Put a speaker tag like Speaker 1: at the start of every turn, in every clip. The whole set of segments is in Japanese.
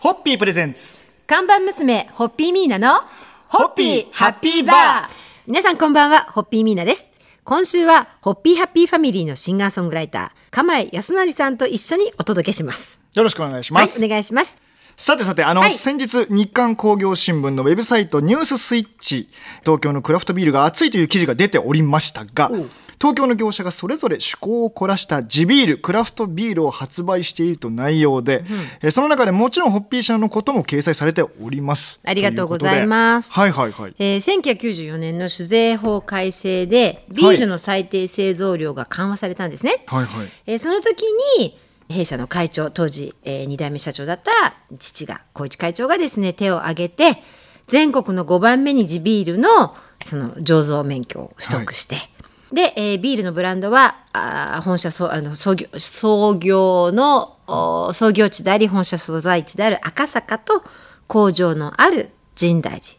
Speaker 1: ホッピープレゼンツ
Speaker 2: 看板娘、ホッピーミーナの、
Speaker 1: ホッピーハッピーバー。
Speaker 2: 皆さんこんばんは、ホッピーミーナです。今週は、ホッピーハッピーファミリーのシンガーソングライター、釜井康成さんと一緒にお届けします。
Speaker 1: よろしくお願いし
Speaker 2: は
Speaker 1: ま
Speaker 2: い、
Speaker 1: す、
Speaker 2: お願いします。
Speaker 1: さてさて、あの、
Speaker 2: はい
Speaker 1: 先日、日刊工業新聞のウェブサイトニューススイッチ、東京のクラフトビールが熱いという記事が出ておりましたが、東京の業者がそれぞれ趣向を凝らした地ビール、クラフトビールを発売していると内容で、えーその中でもちろんホッピー社のことも掲載されております。
Speaker 2: ありがとうございます
Speaker 1: ということではいはいはい。
Speaker 2: えー、1994年の酒税法改正で、ビールの最低製造量が緩和されたんですね。
Speaker 1: はいはい。
Speaker 2: えーその時に弊社の会長当時、え2代目社長だった父が小一会長がですね手を挙げて全国の5番目に地ビールのその醸造免許を取得して、で、えービールのブランドはあー本社そうあの創業創業のおー創業地であり本社所在地である赤坂と工場のある深大寺、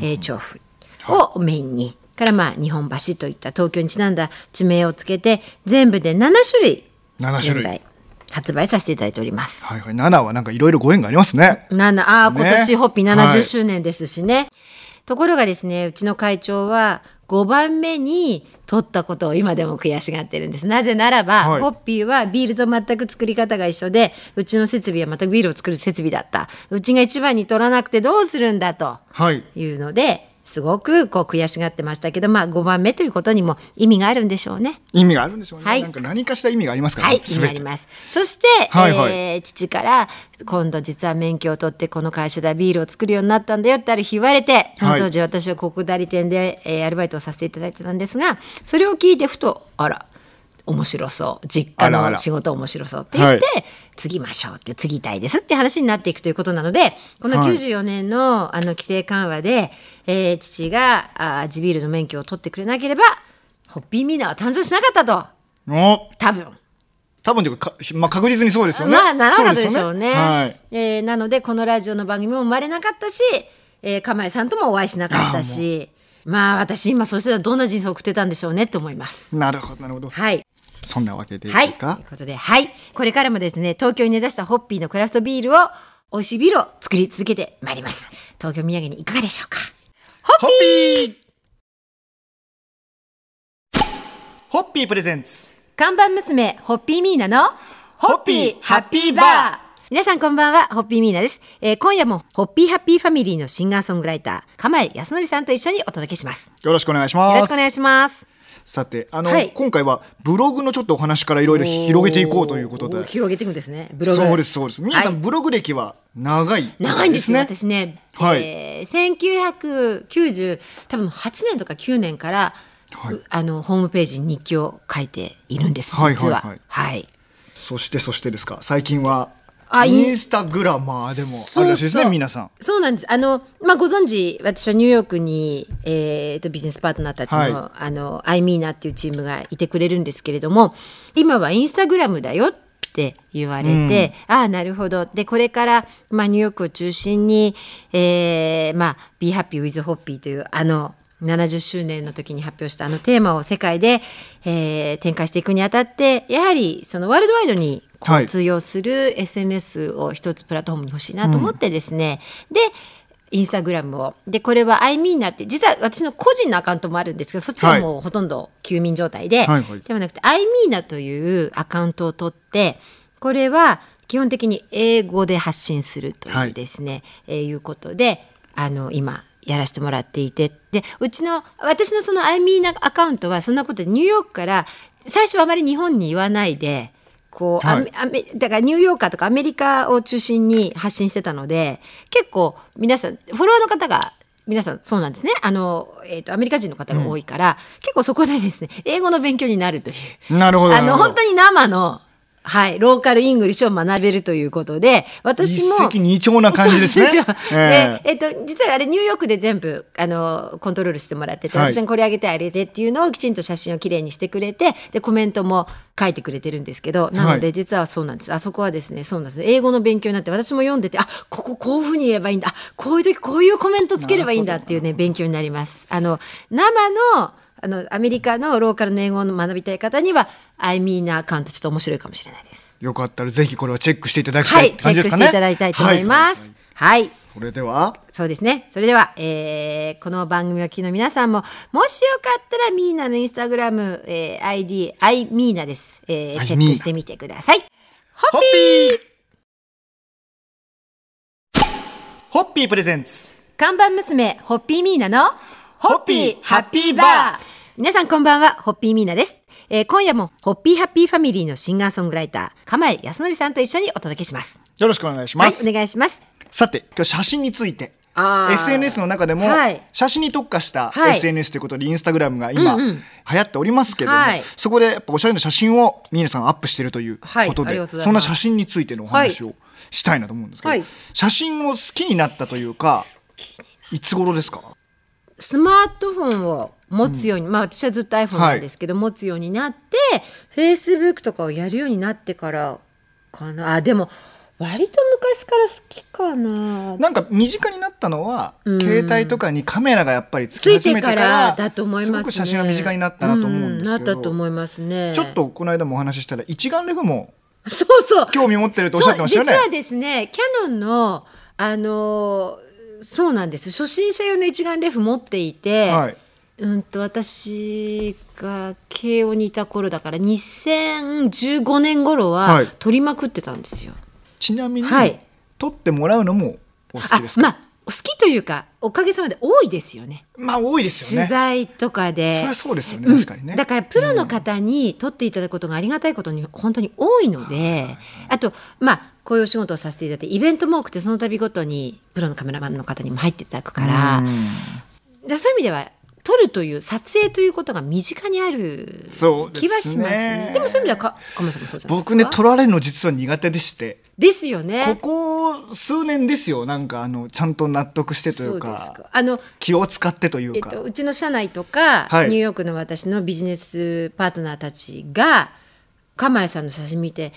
Speaker 2: えー調布をメインに、からまあ日本橋といった東京にちなんだ地名をつけて全部で7種類
Speaker 1: 7種類
Speaker 2: 現在発売させていただいております。
Speaker 1: はいはい。7はなんかいろいろご縁がありますね。
Speaker 2: 7あー
Speaker 1: ね
Speaker 2: 今年ホッピー
Speaker 1: はい
Speaker 2: 70周年ですしね、ところがですねうちの会長は5番目に取ったことを今でも悔しがってるんですなぜならば、
Speaker 1: はい
Speaker 2: ホッピーはビールと全く作り方が一緒でうちの設備は全くビールを作る設備だったうちが一番に取らなくてどうするんだと
Speaker 1: はい。
Speaker 2: いうのですごくこう悔しがってましたけど、まあ、5番目ということにも意味があるんでしょうね。
Speaker 1: 意味があるんでしょうね。
Speaker 2: はい
Speaker 1: なんか何かしら意味がありますから
Speaker 2: は
Speaker 1: ね。
Speaker 2: い、にな
Speaker 1: 全て
Speaker 2: ります。そして、
Speaker 1: はいはい
Speaker 2: えー父から今度実は免許を取ってこの会社ではビールを作るようになったんだよってある日言われて、その当時私は国代理店で、えーアルバイトをさせていただいてたんですが、それを聞いてふとあら面白そう実家
Speaker 1: あらあら
Speaker 2: の仕事面白そうって言って、
Speaker 1: は
Speaker 2: 継ぎましょうって継ぎたいですって話になっていくということなのでこの
Speaker 1: はい
Speaker 2: 94年のあの規制緩和で、えー父があー地ビールの免許を取ってくれなければホッピーミーナは誕生しなかったと
Speaker 1: お
Speaker 2: 多分。
Speaker 1: 多分というかか、まあ、確実にそうですよね。
Speaker 2: まあならなかったでし
Speaker 1: そ
Speaker 2: ょう
Speaker 1: です
Speaker 2: ね。
Speaker 1: よはい。
Speaker 2: えーなのでこのラジオの番組も生まれなかったし、えー、釜井さんともお会いしなかったしまあ私今そうしたらどんな人生を送ってたんでしょうねって思います。
Speaker 1: なるほど、なるほど。
Speaker 2: はい
Speaker 1: そんなわけでいい
Speaker 2: はい
Speaker 1: ですか、
Speaker 2: ということで、はい、これからもですね東京に根ざしたホッピーのクラフトビールを美味しいビールを作り続けてまいります。東京土産にいかがでしょうか
Speaker 1: ホッピーホッピープレゼンツ
Speaker 2: 看板娘、ホッピーミーナの、
Speaker 1: ホッピーハッピーバー
Speaker 2: 皆さんこんばんは、ホッピーミーナです。えー今夜も、ホッピーハッピーファミリーのシンガーソングライター、釜井康則さんと一緒にお届けします。
Speaker 1: よろしくお願いします
Speaker 2: よろしくお願いします。
Speaker 1: さてあの、
Speaker 2: はい
Speaker 1: 今回はブログのちょっとお話からいろいろ広げていこうということ
Speaker 2: おー
Speaker 1: で
Speaker 2: 広げていくんですね、ブログ。
Speaker 1: そうですそうです皆さん、
Speaker 2: はい
Speaker 1: ブログ歴は長い
Speaker 2: 長いんですよ、私
Speaker 1: ね
Speaker 2: ね。
Speaker 1: はい
Speaker 2: えー、1990、多分8年とか9年から、
Speaker 1: はいう
Speaker 2: あの、ホームページに日記を書いているんです、
Speaker 1: はい
Speaker 2: 実
Speaker 1: は
Speaker 2: は。
Speaker 1: いはい
Speaker 2: はい
Speaker 1: そしてそしてですか最近は
Speaker 2: あい
Speaker 1: インスタグラマーでもあるらしいですね
Speaker 2: そうそう
Speaker 1: 皆さん
Speaker 2: そうなんです。あの、まあ、ご存知、私はニューヨークに、えー、とビジネスパートナーたちの、
Speaker 1: はい
Speaker 2: あの、アイミーナっていうチームがいてくれるんですけれども、今はインスタグラムだよって言われて、ああ、なるほど。で、これから、まあ、ニューヨークを中心に、えー、まあ、Be Happy with Hoppy という、あの、70周年の時に発表したあのテーマを世界で、えー展開していくにあたってやはりそのワールドワイドにこ
Speaker 1: は
Speaker 2: う
Speaker 1: い
Speaker 2: 通用する SNS を一つプラットフォームに欲しいなと思ってですね、でインスタグラムをでこれは i m e a n なって実は私の個人のアカウントもあるんですけどそっちはもうほとんど休眠状態で、
Speaker 1: はいはい
Speaker 2: ではなくて i m e a n なというアカウントを取ってこれは基本的に英語で発信すると
Speaker 1: はいいう
Speaker 2: ですね、えーいうことであの今やらせてもらっていてでうちの私のその i m e a n アカウントはそんなことでニューヨークから最初はあまり日本に言わないでこう、
Speaker 1: はい
Speaker 2: アメアメだからニューヨーカーとかアメリカを中心に発信してたので結構皆さんフォロワーの方が皆さんそうなんですねあの、えー、とアメリカ人の方が多いから、結構そこでですね英語の勉強になるという。
Speaker 1: なるほど
Speaker 2: あ
Speaker 1: なる
Speaker 2: の
Speaker 1: ほど
Speaker 2: 本当に生のはい、ローカルイングリッシュを学べるということで、私も。
Speaker 1: 一石二鳥な感じですね
Speaker 2: そうよ
Speaker 1: え
Speaker 2: で、えっと、実はあれニューヨークで全部、あの、コントロールしてもらってて、
Speaker 1: はい
Speaker 2: 私にこれあげてあれでっていうのをきちんと写真をきれいにしてくれて、で、コメントも書いてくれてるんですけど、なの
Speaker 1: は
Speaker 2: で
Speaker 1: い
Speaker 2: 実はそうなんです。あそこはですね、そうなんです。英語の勉強になって、私も読んでて、あ、こここういうふうに言えばいいんだ。あこういう時こういうコメントつければいいんだっていうね、勉強になります。あの、生の、あの、アメリカのローカルの英語の学びたい方には、アイミーナアカウントちょっと面白いかもしれないです。
Speaker 1: よかったらぜひこれはチェックしていただきた
Speaker 2: はいい、チェ
Speaker 1: 感
Speaker 2: ッ
Speaker 1: じ
Speaker 2: ク
Speaker 1: ですか
Speaker 2: し
Speaker 1: ね。
Speaker 2: ていただきたいと思います。はい、
Speaker 1: それでは、
Speaker 2: そうですね。それでは、えーこの番組を聞きの皆さんも、もしよかったら、ミーナのインスタグラム、えー ID、アイミーナです。えー
Speaker 1: I
Speaker 2: チェックしてみてください。
Speaker 1: ホッピーホッピープレゼンツ
Speaker 2: 看板娘、ホッピーミーナの、
Speaker 1: ホッピーハッピーバー。
Speaker 2: 皆さんこんばんは、ホッピーミーナです。えー今夜も、ホッピーハッピーファミリーのシンガーソングライター、釜井康則さんと一緒にお届けします。
Speaker 1: よろしくお願いします。
Speaker 2: はい、お願いします。
Speaker 1: さて今日写真について
Speaker 2: あー
Speaker 1: SNS の中でも
Speaker 2: はい
Speaker 1: 写真に特化した
Speaker 2: はい
Speaker 1: SNS ということでインスタグラムが今流行っておりますけども、
Speaker 2: はい
Speaker 1: そこでやっぱおしゃれな写真をミーナさんがアップしているという
Speaker 2: はい
Speaker 1: こと
Speaker 2: あり
Speaker 1: で、
Speaker 2: がとうござ
Speaker 1: そ
Speaker 2: い
Speaker 1: んな
Speaker 2: ます
Speaker 1: 写真についてのお話をしたいなと思うんですけど、
Speaker 2: はい
Speaker 1: 写真を好きになったというかいつ頃ですか
Speaker 2: スマートフォンを持つように、まあ私はずっと iPhone なんですけど、持つようになって、Facebook とかをやるようになってからかな。あ、でも、割と昔から好きかな。
Speaker 1: なんか身近になったのは携帯とかにカメラがやっぱりつき
Speaker 2: つい
Speaker 1: 始
Speaker 2: て
Speaker 1: めてか
Speaker 2: から
Speaker 1: ら
Speaker 2: だと思いますすね。
Speaker 1: ごく写真が身近になったなと思うんですけ
Speaker 2: な
Speaker 1: ど、
Speaker 2: ったと思いますね。
Speaker 1: ちょっとこの間もお話ししたら一眼レフも
Speaker 2: そうそう。
Speaker 1: 興味持ってるとおっしゃってましたよね
Speaker 2: そう実はですね、キャノンの、あのーそうなんです。初心者用の一眼レフ持っていて、
Speaker 1: はい
Speaker 2: うんと、私が慶応にいた頃だから、2015年頃
Speaker 1: は
Speaker 2: はい撮りまくってたんですよ。
Speaker 1: ちなみに、
Speaker 2: はい
Speaker 1: 撮ってもらうのもお好きですか、
Speaker 2: あ、まあ、好きというか、おかげさまで多いですよね。
Speaker 1: まあ多いですよ
Speaker 2: 取
Speaker 1: ね。
Speaker 2: 材とかで。
Speaker 1: そりゃそうですよね、確かにね。
Speaker 2: だからプロの方に取っていただくことがありがたいことに本当に多いので、あとまあこういうお仕事をさせていただいてイベントも多くてその度ごとにプロのカメラマンの方にも入っていただくから,、でそういう意味では撮るという撮影ということが身近にある
Speaker 1: そうですね
Speaker 2: 気はしますね。でもそういう意味ではか鎌さんもそうじゃないですか。
Speaker 1: 僕ね撮られるの実は苦手でして、
Speaker 2: ですよね。
Speaker 1: ここ数年ですよなんかあのちゃんと納得してというか
Speaker 2: そうですかあの
Speaker 1: 気を使ってとい
Speaker 2: え
Speaker 1: う
Speaker 2: っ
Speaker 1: か、
Speaker 2: と、うちの社内とか、
Speaker 1: はい
Speaker 2: ニューヨークの私のビジネスパートナーたちが釜井さんの写真見て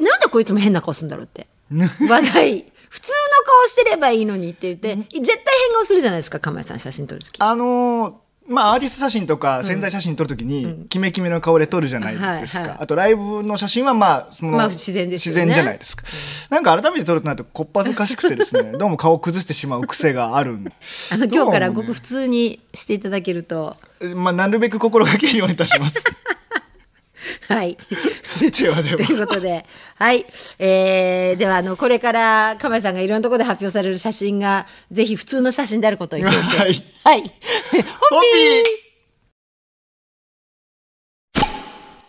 Speaker 2: なんでこいつも変な顔するんだろう って話題普通の顔してればいいのにって言って絶対変顔するじゃないですか釜井さん写真撮る時
Speaker 1: あのーまあアーティスト写真とか潜在写真撮るときにキメキメの顔で撮るじゃないですか、
Speaker 2: はいはい
Speaker 1: あとライブの写真はまあその、
Speaker 2: まあ自然ですよね
Speaker 1: 自然じゃないですか、なんか改めて撮るとなるとこっぱずかしくてですねどうも顔を崩してしまう癖があるん
Speaker 2: あの今日からご
Speaker 1: どうも
Speaker 2: く
Speaker 1: ね
Speaker 2: 普通にしていただけると、
Speaker 1: まあ、なるべく心がけるようにいたし ます。
Speaker 2: はい。
Speaker 1: ではでは
Speaker 2: ということで、はい。えー、では、あの、これから、亀井さんがいろんなところで発表される写真が、ぜひ普通の写真であることを言っておいて。
Speaker 1: は
Speaker 2: はいい。はい。ホッピー
Speaker 1: ホッピー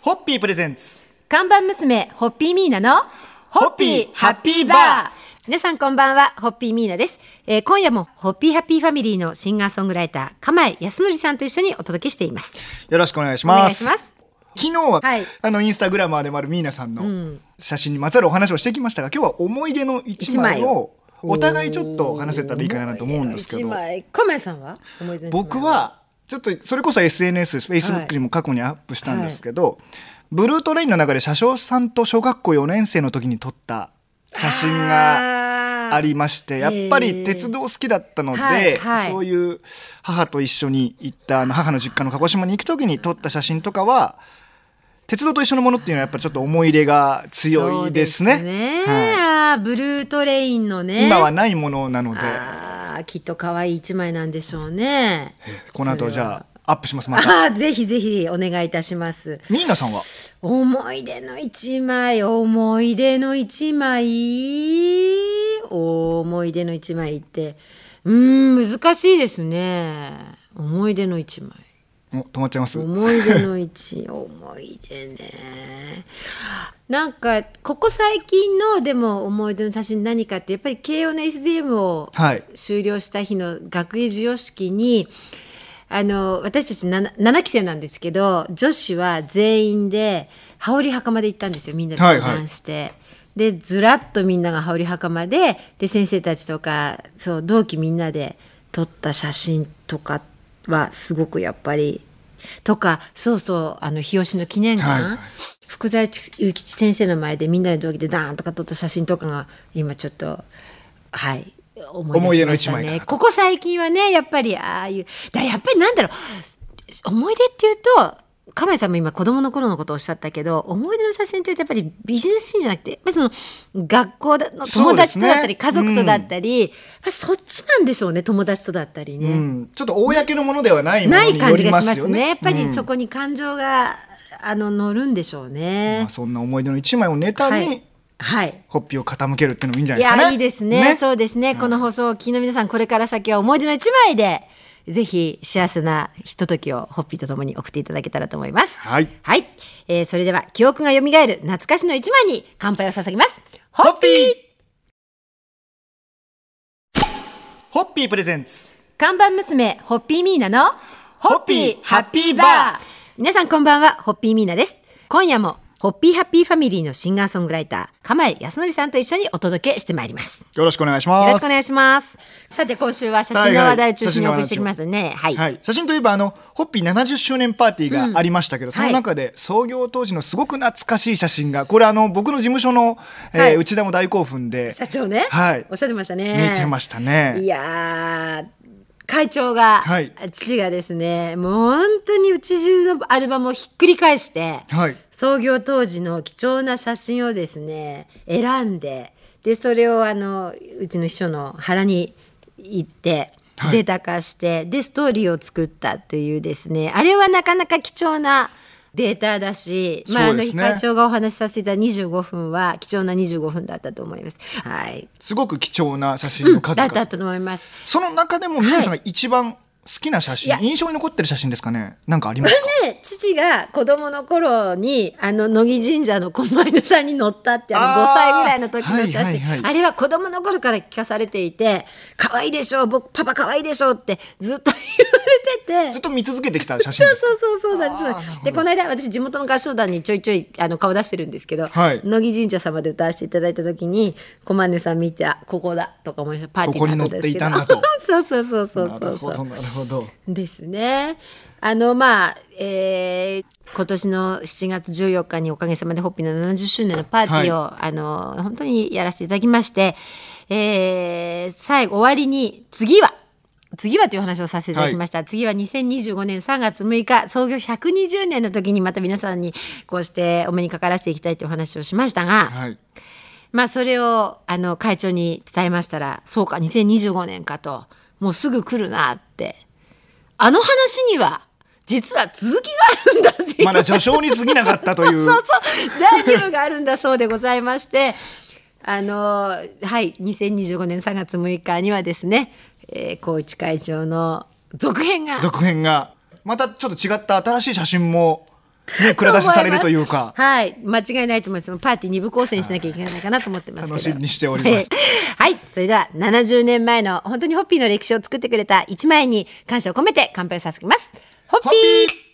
Speaker 1: ホッピープレゼンツ
Speaker 2: 看板娘、ホッピーミーナの、
Speaker 1: ホッピーハッピーバー
Speaker 2: 皆さんこんばんは、ホッピーミーナです。えー今夜も、ホッピーハッピーファミリーのシンガーソングライター、釜井康則さんと一緒にお届けしています。
Speaker 1: よろしくお願いし
Speaker 2: お願
Speaker 1: ま
Speaker 2: い
Speaker 1: す。
Speaker 2: します。
Speaker 1: 昨日は、
Speaker 2: はい
Speaker 1: あのインスタグラマーでもあるミーナさんの写真にまつわるお話をしてきましたが今日は思い出の一枚
Speaker 2: 一枚
Speaker 1: を
Speaker 2: を
Speaker 1: お互いちょっと話せたらいいかなと思うんですけど
Speaker 2: 一枚亀井さんは思い出の一枚
Speaker 1: 僕はちょっとそれこそ SNS です Facebook にも過去にアップしたんですけど、ブルートレインの中で車掌さんと小学校4年生の時に撮った写真が
Speaker 2: が
Speaker 1: ありましてやっぱり鉄道好きだったので、
Speaker 2: はいはい
Speaker 1: そういう母と一緒に行ったあの母の実家の鹿児島に行く時に撮った写真とかは鉄道と一緒のものっていうのはやっぱりちょっと思い入れが強いですね
Speaker 2: そうですね
Speaker 1: は
Speaker 2: あーブルートレインの
Speaker 1: い
Speaker 2: ね
Speaker 1: 今はないものなので、
Speaker 2: あーきっと可愛い一枚なんでしょうね
Speaker 1: この後じゃあアップします
Speaker 2: あ
Speaker 1: また
Speaker 2: あーぜひぜひお願いいたします
Speaker 1: ニーナさんは
Speaker 2: 思い出の一枚思い出の一枚思い出の一枚ってうーん難しいですね思い出の一枚
Speaker 1: お止まっちゃいます
Speaker 2: 思い出の一思い出ねなんかここ最近のでも思い出の写真何かってやっぱり慶応の SDM を
Speaker 1: はい
Speaker 2: 修了した日の学位授与式に、あの私たち 7, 7期生なんですけど女子は全員で羽織袴で行ったんですよみんなで
Speaker 1: はいは
Speaker 2: 相
Speaker 1: い
Speaker 2: 談して。でずらっとみんなが羽織袴でで先生たちとかそう同期みんなで撮った写真とかはすごくやっぱりとかそうそうあの日吉の記念館、
Speaker 1: はいはい
Speaker 2: 福沢諭吉先生の前でみんなで同期でダーンとか撮った写真とかが今ちょっとはい思い出しました
Speaker 1: 思い出の一枚かな
Speaker 2: ね
Speaker 1: と
Speaker 2: ここ最近はねやっぱりああいうだからやっぱりなんだろう思い出っていうと釜井さんも今子供の頃のことをおっしゃったけど思い出の写真ってやっぱりビジネスシーンじゃなくてやっぱりその学校だの
Speaker 1: そう
Speaker 2: 友
Speaker 1: で
Speaker 2: 達
Speaker 1: す
Speaker 2: と
Speaker 1: ね
Speaker 2: だったり、家族とだったり、やっぱそっちなんでしょうね友達とだったりね。
Speaker 1: うん、ちょっと公のものではないもの
Speaker 2: ない
Speaker 1: に
Speaker 2: 感
Speaker 1: よ
Speaker 2: じ
Speaker 1: り
Speaker 2: がし
Speaker 1: ま
Speaker 2: ますす
Speaker 1: よ
Speaker 2: ね。
Speaker 1: ね。
Speaker 2: やっぱりそこに感情が、あの乗るんでしょう
Speaker 1: ま
Speaker 2: ね
Speaker 1: あ、。そんな思い出の一枚をネタ
Speaker 2: は
Speaker 1: に
Speaker 2: い。はい。
Speaker 1: ホッピーを傾けるっていうのもいいんじゃない
Speaker 2: い
Speaker 1: ですかね。
Speaker 2: や、いいですねそうですね。この放送をお聞きの皆さん、これから先は思い出の一枚で、ぜひ幸せなひとときをホッピーとともに送っていただけたらと思います。
Speaker 1: はい
Speaker 2: はい。えーそれでは、記憶が蘇る懐かしの一枚に乾杯を捧げます。ホッピー
Speaker 1: ホッピープレゼンツ。
Speaker 2: 看板娘、ホッピーミーナの、
Speaker 1: ホッピーハッピーバー。
Speaker 2: 皆さんこんばんは、ホッピーミーナです。今夜も、ホッピーハッピーファミリーのシンガーソングライター、釜井康則さんと一緒にお届けしてまいります。
Speaker 1: よろしくお願いします。
Speaker 2: よろしくお願いします。さて、今週は写真の話題を中心にお送りしてきましたね。はい。
Speaker 1: はい、写真といえばあのホッピー70周年パーティーがありましたけど、
Speaker 2: ん
Speaker 1: その中で創業当時のすごく懐かしい写真がこれあの僕の事務所の、えー
Speaker 2: はい
Speaker 1: 内田も大興奮で
Speaker 2: 社長ね。
Speaker 1: はい
Speaker 2: おっしゃってましたね。
Speaker 1: 見てましたね。
Speaker 2: いやー会長が、
Speaker 1: はい
Speaker 2: 父がですねもう本当にうち中のアルバムをひっくり返して、
Speaker 1: はい
Speaker 2: 創業当時の貴重な写真をですね選んででそれをあのうちの秘書の原に行って。
Speaker 1: はい
Speaker 2: データ化してでストーリーを作ったというですねあれはなかなか貴重なデータだし、まああ
Speaker 1: そう
Speaker 2: の
Speaker 1: です
Speaker 2: 日
Speaker 1: ね
Speaker 2: 会長がお話しさせていた25分は貴重な25分だったと思います。はい、
Speaker 1: すごく貴重な写真の数
Speaker 2: だっ
Speaker 1: 々、
Speaker 2: たと思います。
Speaker 1: その中でも皆さんが一番好きな写真、
Speaker 2: はいいや
Speaker 1: 印象に残ってる写真ですかねなんかあります か
Speaker 2: で父が子供の頃にあの乃木神社の狛犬さんに乗ったってあの
Speaker 1: あー
Speaker 2: 5歳ぐらいの時の写真、
Speaker 1: はいはいはい
Speaker 2: あれは子供の頃から聞かされていて「可愛いでしょ僕パパ可愛いでしょ」ってずっと言われて。
Speaker 1: ずってと見続けてきた写真です
Speaker 2: そうそうそうそうなんです
Speaker 1: あーなるほど
Speaker 2: でこの間私地元の合唱団にちょいちょいあの顔出してるんですけど、
Speaker 1: はい
Speaker 2: 乃木神社様で歌わせていただいた時に狛犬さん見てあここだとか思いましたパーティーの後ですけ
Speaker 1: こ
Speaker 2: ど
Speaker 1: こに乗っていたんだ
Speaker 2: そうそうそうそうそう
Speaker 1: なるほどなるほど
Speaker 2: ですね。あのまあ、えー今年の7月14日におかげさまでホッピーの70周年のパーティーを、あの本当にやらせていただきまして、えー最後終わりに次は次はというお話をさせていただきました、次は2025年3月6日創業120年の時にまた皆さんにこうしてお目にかからせていきたいというお話をしましたが、
Speaker 1: はい
Speaker 2: まあそれをあの会長に伝えましたら、そうか、2025年かと、もうすぐ来るなって。あの話には、実は続きがあるんだっていう。
Speaker 1: まだ序章に過ぎなかったという
Speaker 2: そうそう、第2部があるんだそうでございまして、あの、はい、2025年3月6日にはですね、えー、高一会長の続編が。
Speaker 1: 続編がまたちょっと違った新しい写真も、ね、蔵出しされるという か
Speaker 2: はい、間違いないと思います。パーティー二部構成にしなきゃいけないかなと思ってますけど。
Speaker 1: 楽しみにしております。
Speaker 2: はい、それでは70年前の本当にホッピーの歴史を作ってくれた一枚に感謝を込めて乾杯をさせます。ホッピー
Speaker 1: ホッピー